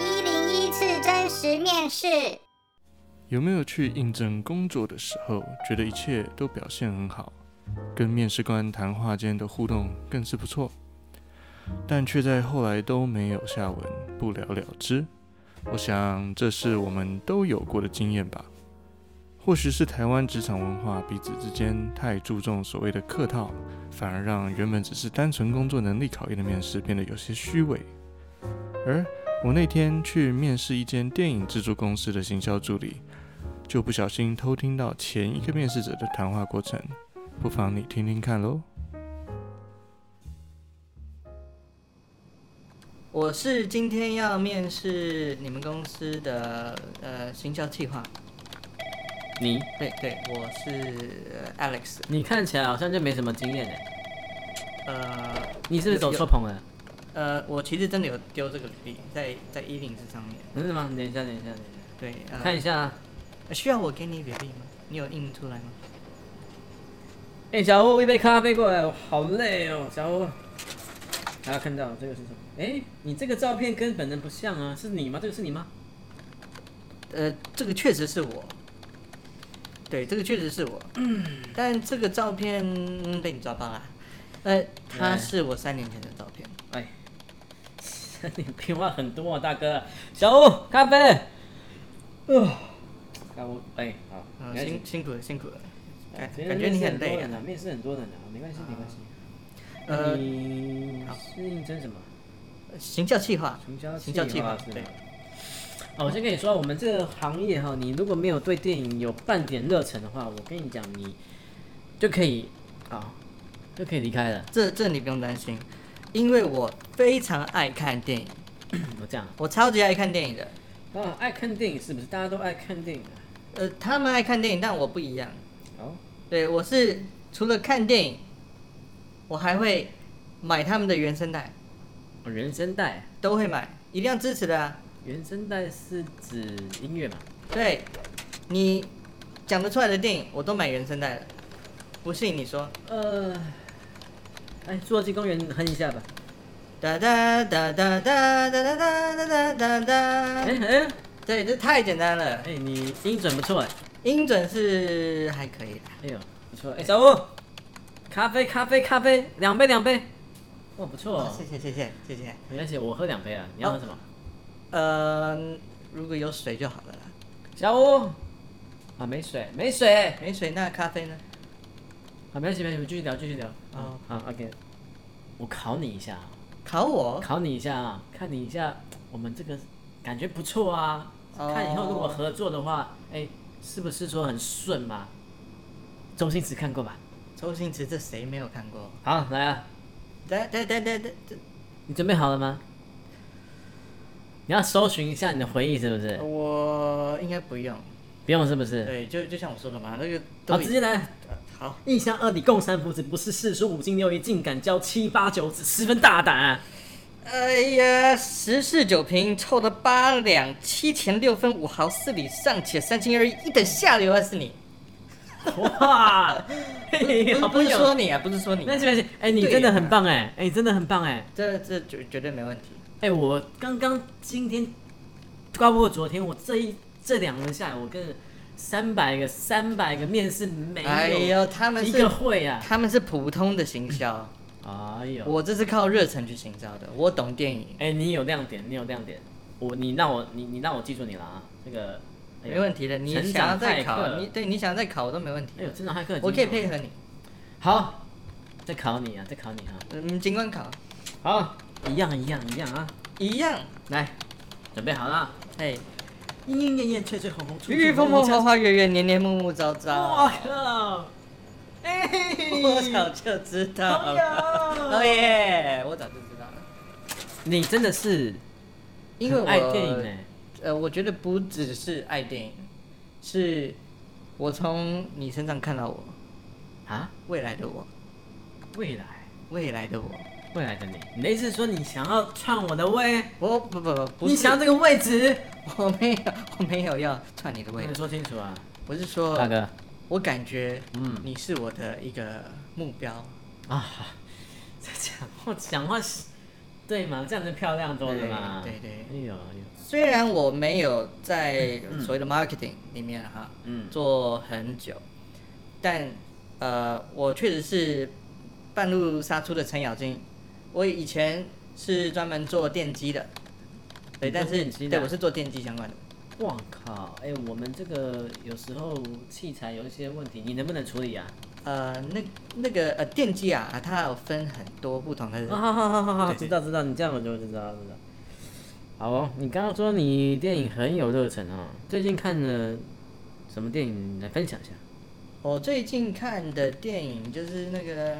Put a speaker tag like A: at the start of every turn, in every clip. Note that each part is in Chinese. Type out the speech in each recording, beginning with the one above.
A: 一零一次真实面试，
B: 有没有去应征工作的时候，觉得一切都表现很好，跟面试官谈话间的互动更是不错，但却在后来都没有下文，不了了之？我想这是我们都有过的经验吧。或许是台湾职场文化彼此之间太注重所谓的客套，反而让原本只是单纯工作能力考验的面试变得有些虚伪。而我那天去面试一间电影制作公司的行销助理，就不小心偷听到前一个面试者的谈话过程，不妨你听听看喽。
C: 我是今天要面试你们公司的呃行销计划。
D: 你
C: 对对，我是呃 Alex。
D: 你看起来好像就没什么经验哎，
C: 呃
D: 你是不是走错棚了？
C: 呃，我其实真的有丢这个履历在在一零四上面。
D: 真的吗？等一下，等一下，等
C: 对，
D: 一下，看一
C: 呃，
D: 下啊。
C: 需要我给你履历吗？你有印出来吗？
D: 哎、小欧，一杯咖啡过来，我好累哦，小欧。大家看到这个是什么？哎、你这个照片跟本人不像啊，是你吗？这个是你吗？
C: 呃，这个确实是我。对，这个确实是我。
D: 嗯
C: 但这个照片嗯被你抓包啦。呃，它
D: 对
C: 是我三年前的照片。
D: 哎， 你变化很多啊，大哥。小欧，咖啡。啊、小欧，哎、好，
C: 嗯、
D: 没关系
C: 辛辛苦了，辛苦了。
D: 哎
C: 感感觉
D: 今天面
C: 你
D: 试
C: 很累
D: 多
C: 啊
D: 人。面试很多人啊，没关系，没关系。
C: 呃
D: 那你是应征什么？
C: 行销计划，
D: 行销
C: 行销计划
D: 是，吗
C: 对，
D: 哦，我先跟你说，我们这个行业哈，你如果没有对电影有半点热忱的话，我跟你讲，你就可以啊、就可以离 开了。
C: 这这你不用担心，因为我非常爱看电影，
D: 我这样啊
C: 我超级爱看电影的。
D: 哦，爱看电影是不是？大家都爱看电影啊。
C: 呃，他们爱看电影，但我不一样。
D: 哦，
C: 对，我是除了看电影，我还会买他们的原声带，
D: 哦原声带，
C: 都会买，一定要支持的啊。
D: 原声带是指音乐嘛？
C: 对，你讲得出来的电影，我都买原声带了。不信你说，
D: 呃，哎，《侏罗纪公园》哼一下吧。
C: 哒哒哒哒哒哒哒哒哒哒
D: 哎
C: 哒。
D: 哎
C: 对，这太简单了，
D: 哎，你音准不错哎，
C: 音准是还可以啦。
D: 哎呦，不错哎，小吴，咖啡咖啡咖啡，两杯两杯，哇，不错、哦
C: 谢。谢谢谢谢谢。
D: 没关系，我喝两杯啊。你要喝什么？
C: 呃，如果有水就好了啦。
D: 小吴啊，没水，没水
C: 没水，那咖啡呢？
D: 啊，没关系，没关系，我们继续聊，继续聊。
C: 哦
D: 啊，好，OK。我考你一下啊，
C: 考我？
D: 考你一下啊，看你一下，我们这个感觉不错啊。
C: 哦
D: 看以后如果合作的话，哎，是不是说很顺嘛？周星驰看过吧？
C: 周星驰这谁没有看过？
D: 好，来啊，
C: 哒哒哒哒哒，
D: 你准备好了吗？你要搜寻一下你的回忆，是不是？
C: 我应该不用。
D: 不用，是不是？
C: 哦对，就就像我说的嘛，那个都
D: 好，
C: 已呃
D: 直接来。
C: 好。
D: 印象二里共三父子不是四书五经六艺，竟敢教七八九子，十分大胆、啊。
C: 哎呀，十室九瓶，凑的八两，七钱六分，五毫四里，尚且三心二意，一等下流啊！是 你，
D: 哇，嘿嘿好
C: 不
D: 朋
C: 是说
D: 友。
C: 你啊，不是说你，
D: 哎那没关系，哎、你真的很棒哎、哎、你真的很棒哎、
C: 这这绝绝对没问题。
D: 哎、我刚刚今天，包括昨天，我这一这两轮下来，我跟三百个三百个面试没有，
C: 哎呦，他们
D: 一
C: 是
D: 个会啊，
C: 他们是普通的行销，
D: 哎呦，
C: 我这是靠热忱去行销的，我懂电影。
D: 哎、你有亮点，你有亮点，我你让我你你让我记住你了啊，这个哎呦
C: 没问题的，你
D: 成
C: 想要
D: 长
C: 再
D: 骇
C: 考，
D: 客
C: 你对你想要再考我都没问题
D: 哎。呦，真的骇客，
C: 我可以配合你，
D: 好，再考你啊，再考你啊。
C: 嗯，尽管考，
D: 好，一样一样一样啊！
C: 一样。
D: 来，准备好了。
C: 哎，
D: 莺莺燕燕，翠翠红红，
C: 郁郁风风，花。花月月，年年暮暮朝
D: 我
C: 朝。
D: 靠！哎、
C: 我早就知道了，
D: 朋
C: 哦
D: 友，
C: 耶，我早就知道了，
D: 你真的是
C: 因为我
D: 很爱电影哎、
C: 呃，我觉得不只是爱电影，是我从你身上看到我
D: 啊！
C: 未来的我，
D: 未来，
C: 未来的我，
D: 未来的你，你的意思是说你想要篡我的位？
C: 我不不不不
D: 你
C: 是
D: 想，要这个位置？
C: 我没有我没有要篡你的
D: 我
C: 位
D: 跟你
C: 置，
D: 说清楚啊，
C: 我是说
D: 大哥
C: 我感觉，嗯
D: 嗯，
C: 你是我的一个目标。
D: 啊！在讲话讲话对嘛，这样就漂亮多了嘛。
C: 对对
D: 哎呦，哎呦
C: 虽然我没有在所谓的 marketing 里面哈，
D: 嗯
C: 做很久，但呃，我确实是半路杀出的程咬金。我以前是专门做电机的，对，
D: 你做
C: 但是
D: 电机的啊
C: 对我是做电机相关的。
D: 哇靠！哎、我们这个有时候器材有一些问题，你能不能处理啊？
C: 呃，那那个呃电机啊，啊它有分很多不同的
D: 啊，好好好好好，
C: 对
D: 知道知道，你这样我就知道了知道。好哦，你刚刚说你电影很有热忱哦，最近看了什么电影来分享一下？
C: 我最近看的电影就是那个，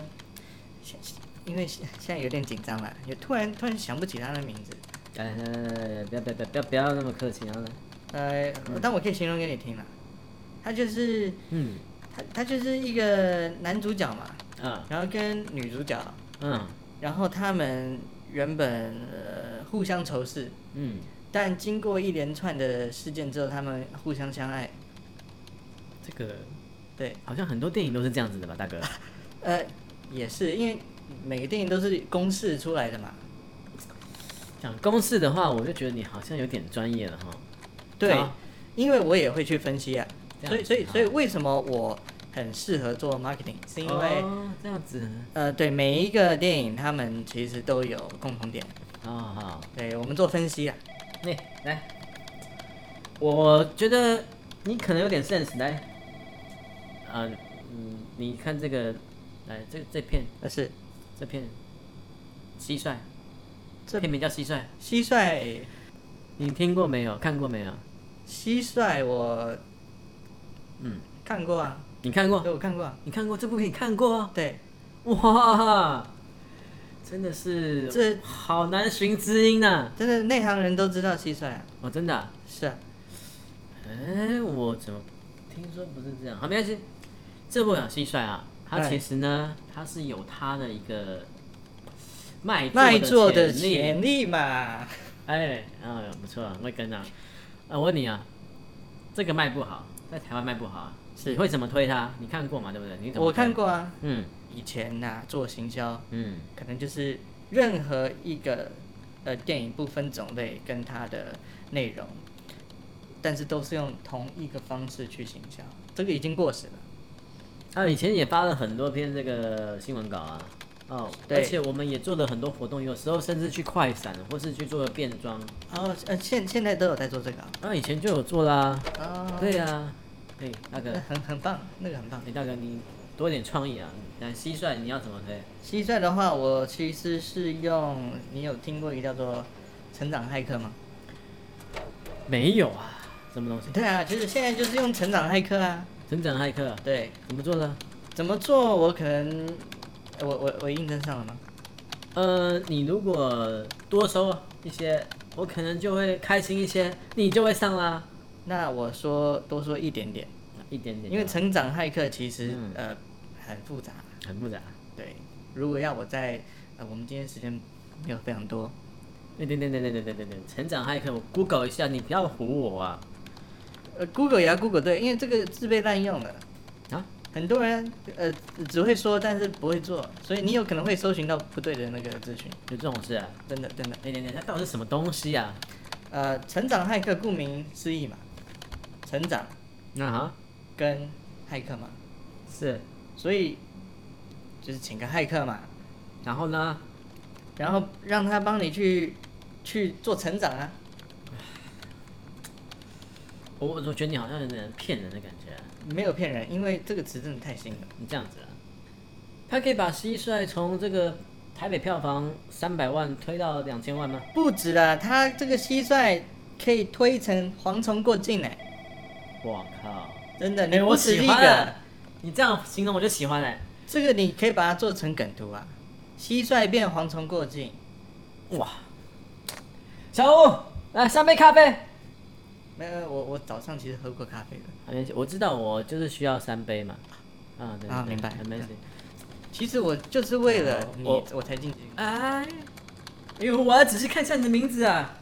C: 现因为现现在有点紧张了，也突然突然想不起他的名字。
D: 来来来来哎来，不要不要不要不要不要那么客气啊！来
C: 呃，但我可以形容给你听了，他就是
D: 嗯
C: 他他就是一个男主角嘛，
D: 啊
C: 然后跟女主角，
D: 嗯
C: 然后他们原本呃互相仇视，
D: 嗯，
C: 但经过一连串的事件之后，他们互相相爱。
D: 这个
C: 对，
D: 好像很多电影都是这样子的吧，大哥？
C: 呃，也是因为每个电影都是公式出来的嘛。
D: 讲公式的话，我就觉得你好像有点专业了哈。
C: 对，
D: 啊
C: 因为我也会去分析啊，
D: 这样
C: 所以所以
D: 子
C: 所以
D: 啊
C: 为什么我很适合做 marketing，是因为、
D: 哦这样子
C: 呃，对每一个电影他们其实都有共同点，
D: 啊好。
C: 对我们做分析啊，
D: 你来，我觉得你可能有点 sense，来，啊、嗯，你看这个，来这这片
C: 但是
D: 这片，蟋蟀，
C: 这
D: 片名叫蟋蟀，
C: 蟋蟀
D: 你听过没有？看过没有？
C: 蟋蟀我
D: 嗯，
C: 看过啊，
D: 你看过？
C: 对我看过啊，
D: 你看过这部片？你看过啊？
C: 对
D: 哇，真的是
C: 这
D: 好难寻知音呐、
C: 真的内行人都知道蟋蟀啊，
D: 哦，真的啊、
C: 是啊，
D: 哎，我怎么听说不是这样？好，没关系。这部《蟋蟀》啊，它
C: 哎
D: 其实呢，它是有它的一个卖
C: 卖
D: 座
C: 座
D: 的
C: 的
D: 潜力。
C: 潜力嘛，
D: 哎，啊、不错，很会跟啊。啊，我问你啊，这个卖不好，在台湾卖不好啊，
C: 是
D: 你会怎么推它？你看过嘛？对不对？你怎么？
C: 我看。过啊，
D: 嗯
C: 以前呐、做行销
D: 嗯，
C: 可能就是任何一个呃电影不分种类跟它的内容，但是都是用同一个方式去行销，这个已经过时了。
D: 啊，以前也发了很多篇这个新闻稿啊。哦，
C: 对
D: 而且我们也做了很多活动，有时候甚至去快闪，或是去做变装。
C: 然后呃现现在都有在做这个啊
D: 啊，以前就有做啦、
C: 哦，
D: 对呀、哎，大 哥，
C: 那
D: 哎，
C: 很很棒，那个很棒。
D: 大哥，你多点创意啊！那蟋蟀你要怎么推？
C: 蟋蟀的话，我其实是用你有听过一个叫做成长骇客吗？
D: 没有啊，什么东西？
C: 对啊，就是现在就是用成长骇客啊。
D: 成长骇客
C: 对，
D: 怎么做的？
C: 怎么做？我可能我我我应征上了吗？
D: 呃，你如果多收一些，我可能就会开心一些，你就会上啦，
C: 那我说多说一点点。
D: 一点点就好，
C: 因为成长骇客其实、
D: 嗯
C: 呃很复杂，
D: 很复杂，
C: 对。如果要我在呃，我们今天时间没有非常多，
D: 对对对对对对对对对，成长骇客，我 Google 一下，你不要唬我啊！
C: 呃，Google 也要 Google 对，因为这个字被滥用了，
D: 啊，
C: 很多人呃只会说，但是不会做，所以你有可能会搜寻到不对的那个资讯，
D: 有这种事、啊？
C: 真的真的。
D: 哎，等等，它到底是什么东西啊？
C: 呃，成长骇客顾名思义嘛，成长
D: 那啊哈，
C: 跟骇客嘛，
D: 是，
C: 所以就是请个骇客嘛，
D: 然后呢？
C: 然后让他帮你去去做成长啊。
D: 我我觉得你好像有点骗人的感觉啊、
C: 没有骗人，因为这个词真的太新了。
D: 你这样子啊，他可以把蟋蟀从这个台北票房三百万推到两千万吗？
C: 不止啦，它这个蟋蟀可以推成蝗虫过境哎、
D: 我靠！
C: 真的，
D: 哎、
C: 你
D: 我
C: 不止
D: 喜
C: 一
D: 欢、
C: 个
D: 啊，，你这样形容我就喜欢了、欸
C: 这个你可以把它做成梗图啊，蟋蟀变蝗虫过境，
D: 哇！小吴，来三杯咖啡。
C: 没有，我我早上其实喝过咖啡的。
D: 没关系我知道我就是需要三杯嘛。啊，对
C: 啊
D: 对
C: 明白
D: 很没事。
C: 其实我就是为了你，
D: 我
C: 哦我才进去。
D: 哎，哎呦，我要仔细看一下你的名字啊。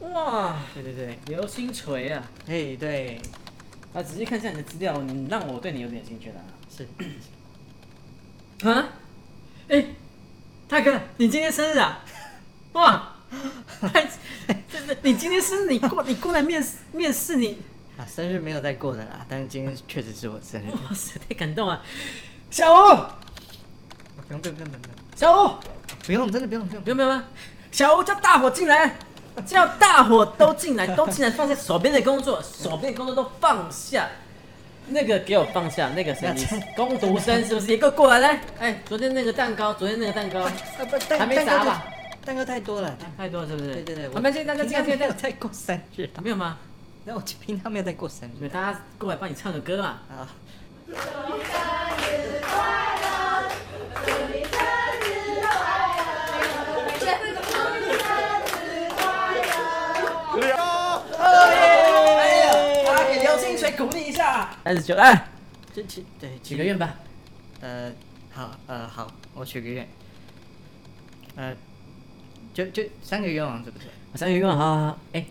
D: 哇，
C: 对对对，
D: 流星锤啊！
C: 嘿对，
D: 啊，仔细看一下你的资料，你 让我对你有点兴趣了啊。
C: 是，
D: 啊？哎、大哥，你今天生日啊？哇，太，真的，你今天生日，你过你过来面试面试你，
C: 啊，生日没有再过的啦，但是今天确实是我生 日。
D: 哇塞，太感动了！小欧，
C: 不用不用不用不用
D: 小欧，
C: 不用，真的不用不用
D: 不。用不用不用，小欧叫大伙进来，叫大伙都进来，都进来，放下手边的工作，手边的工作都放下。那个给我放下，那个谁，你工读生是不是？也给我过来来，哎，昨天那个蛋糕，昨天那个蛋糕，
C: 啊不，
D: 还
C: 蛋
D: 没
C: 蛋
D: 砸
C: 糕
D: 吧
C: 太蛋糕太多了。蛋
D: 太多了是不是？
C: 对对对，
D: 我们现在大家
C: 平
D: 进
C: 常
D: 来进来
C: 没
D: 进
C: 有
D: 来，
C: 再过生日，
D: 没有吗？
C: 那我平常没有再过生
D: 你
C: 日
D: 们大家过来帮你唱个歌嘛。
C: 啊。
D: 大家给流星锤鼓励一下。三十九，哎，
C: 这其对
D: 许个愿吧。
C: 呃，好，呃，好，我许个愿，呃，就就三个愿望是不是？
D: 三个愿望，好好好。哎，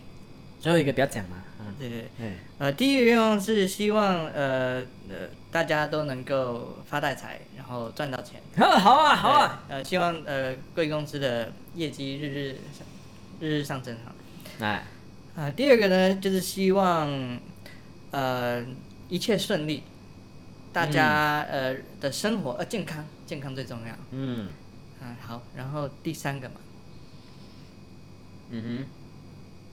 D: 最后一个不要讲嘛。嗯，
C: 对对对。
D: 对，
C: 呃，第一个愿望是希望呃呃大家都能够发大财，然后赚到钱。
D: 好，好啊，好啊。
C: 对。呃，希望呃贵公司的业绩日日上日日上升哈。
D: 哎，
C: 啊、第二个呢就是希望呃一切顺利，大家、呃的生活呃健康健康最重要。
D: 嗯，
C: 嗯，好，然后第三个嘛，
D: 嗯哼，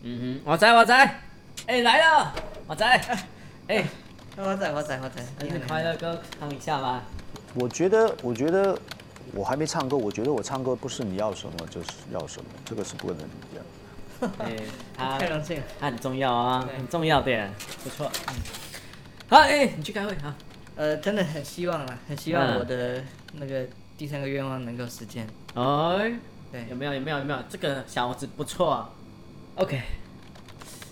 D: 嗯哼，我仔，我仔，哎来了，我仔，哎，
C: 我仔我仔我仔，
D: 生日快乐歌唱一下吧。
E: 我觉得，我觉得我还没唱歌，我觉得我唱歌不是你要什么就是要什么，这个是不能一样。
D: 哎，他
C: 太荣幸了。
D: 他很重要啊，
C: 对
D: 很重要的，不错。嗯，好，哎，你去开会好。
C: 呃，真的很希望啦，很希望
D: 嗯
C: 我的那个第三个愿望能够实现。
D: 哎，
C: 对
D: 有，没有？有没有？有没有？这个小伙子不错。OK，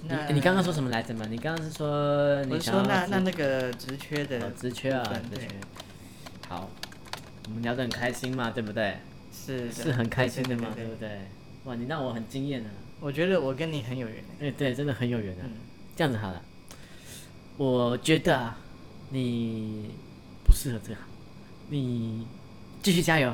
D: 你
C: 那
D: 你刚刚说什么来着嘛？你刚刚是说
C: 我
D: 你
C: 是
D: 想要
C: 说那那
D: 职
C: 那个职缺的
D: 哦职缺啊
C: 部分，
D: 职
C: 对
D: 缺。好，我们聊得很开心嘛，对不对？
C: 是的
D: 是很开心的嘛，
C: 对
D: 对
C: 对
D: 不
C: 对
D: 对？哇，你让我很惊艳啊！
C: 我觉得我跟你很有缘。
D: 哎，对，真的很有缘啊
C: 嗯。
D: 这样子好了，我觉得啊，你不适合这个行，你继续加油，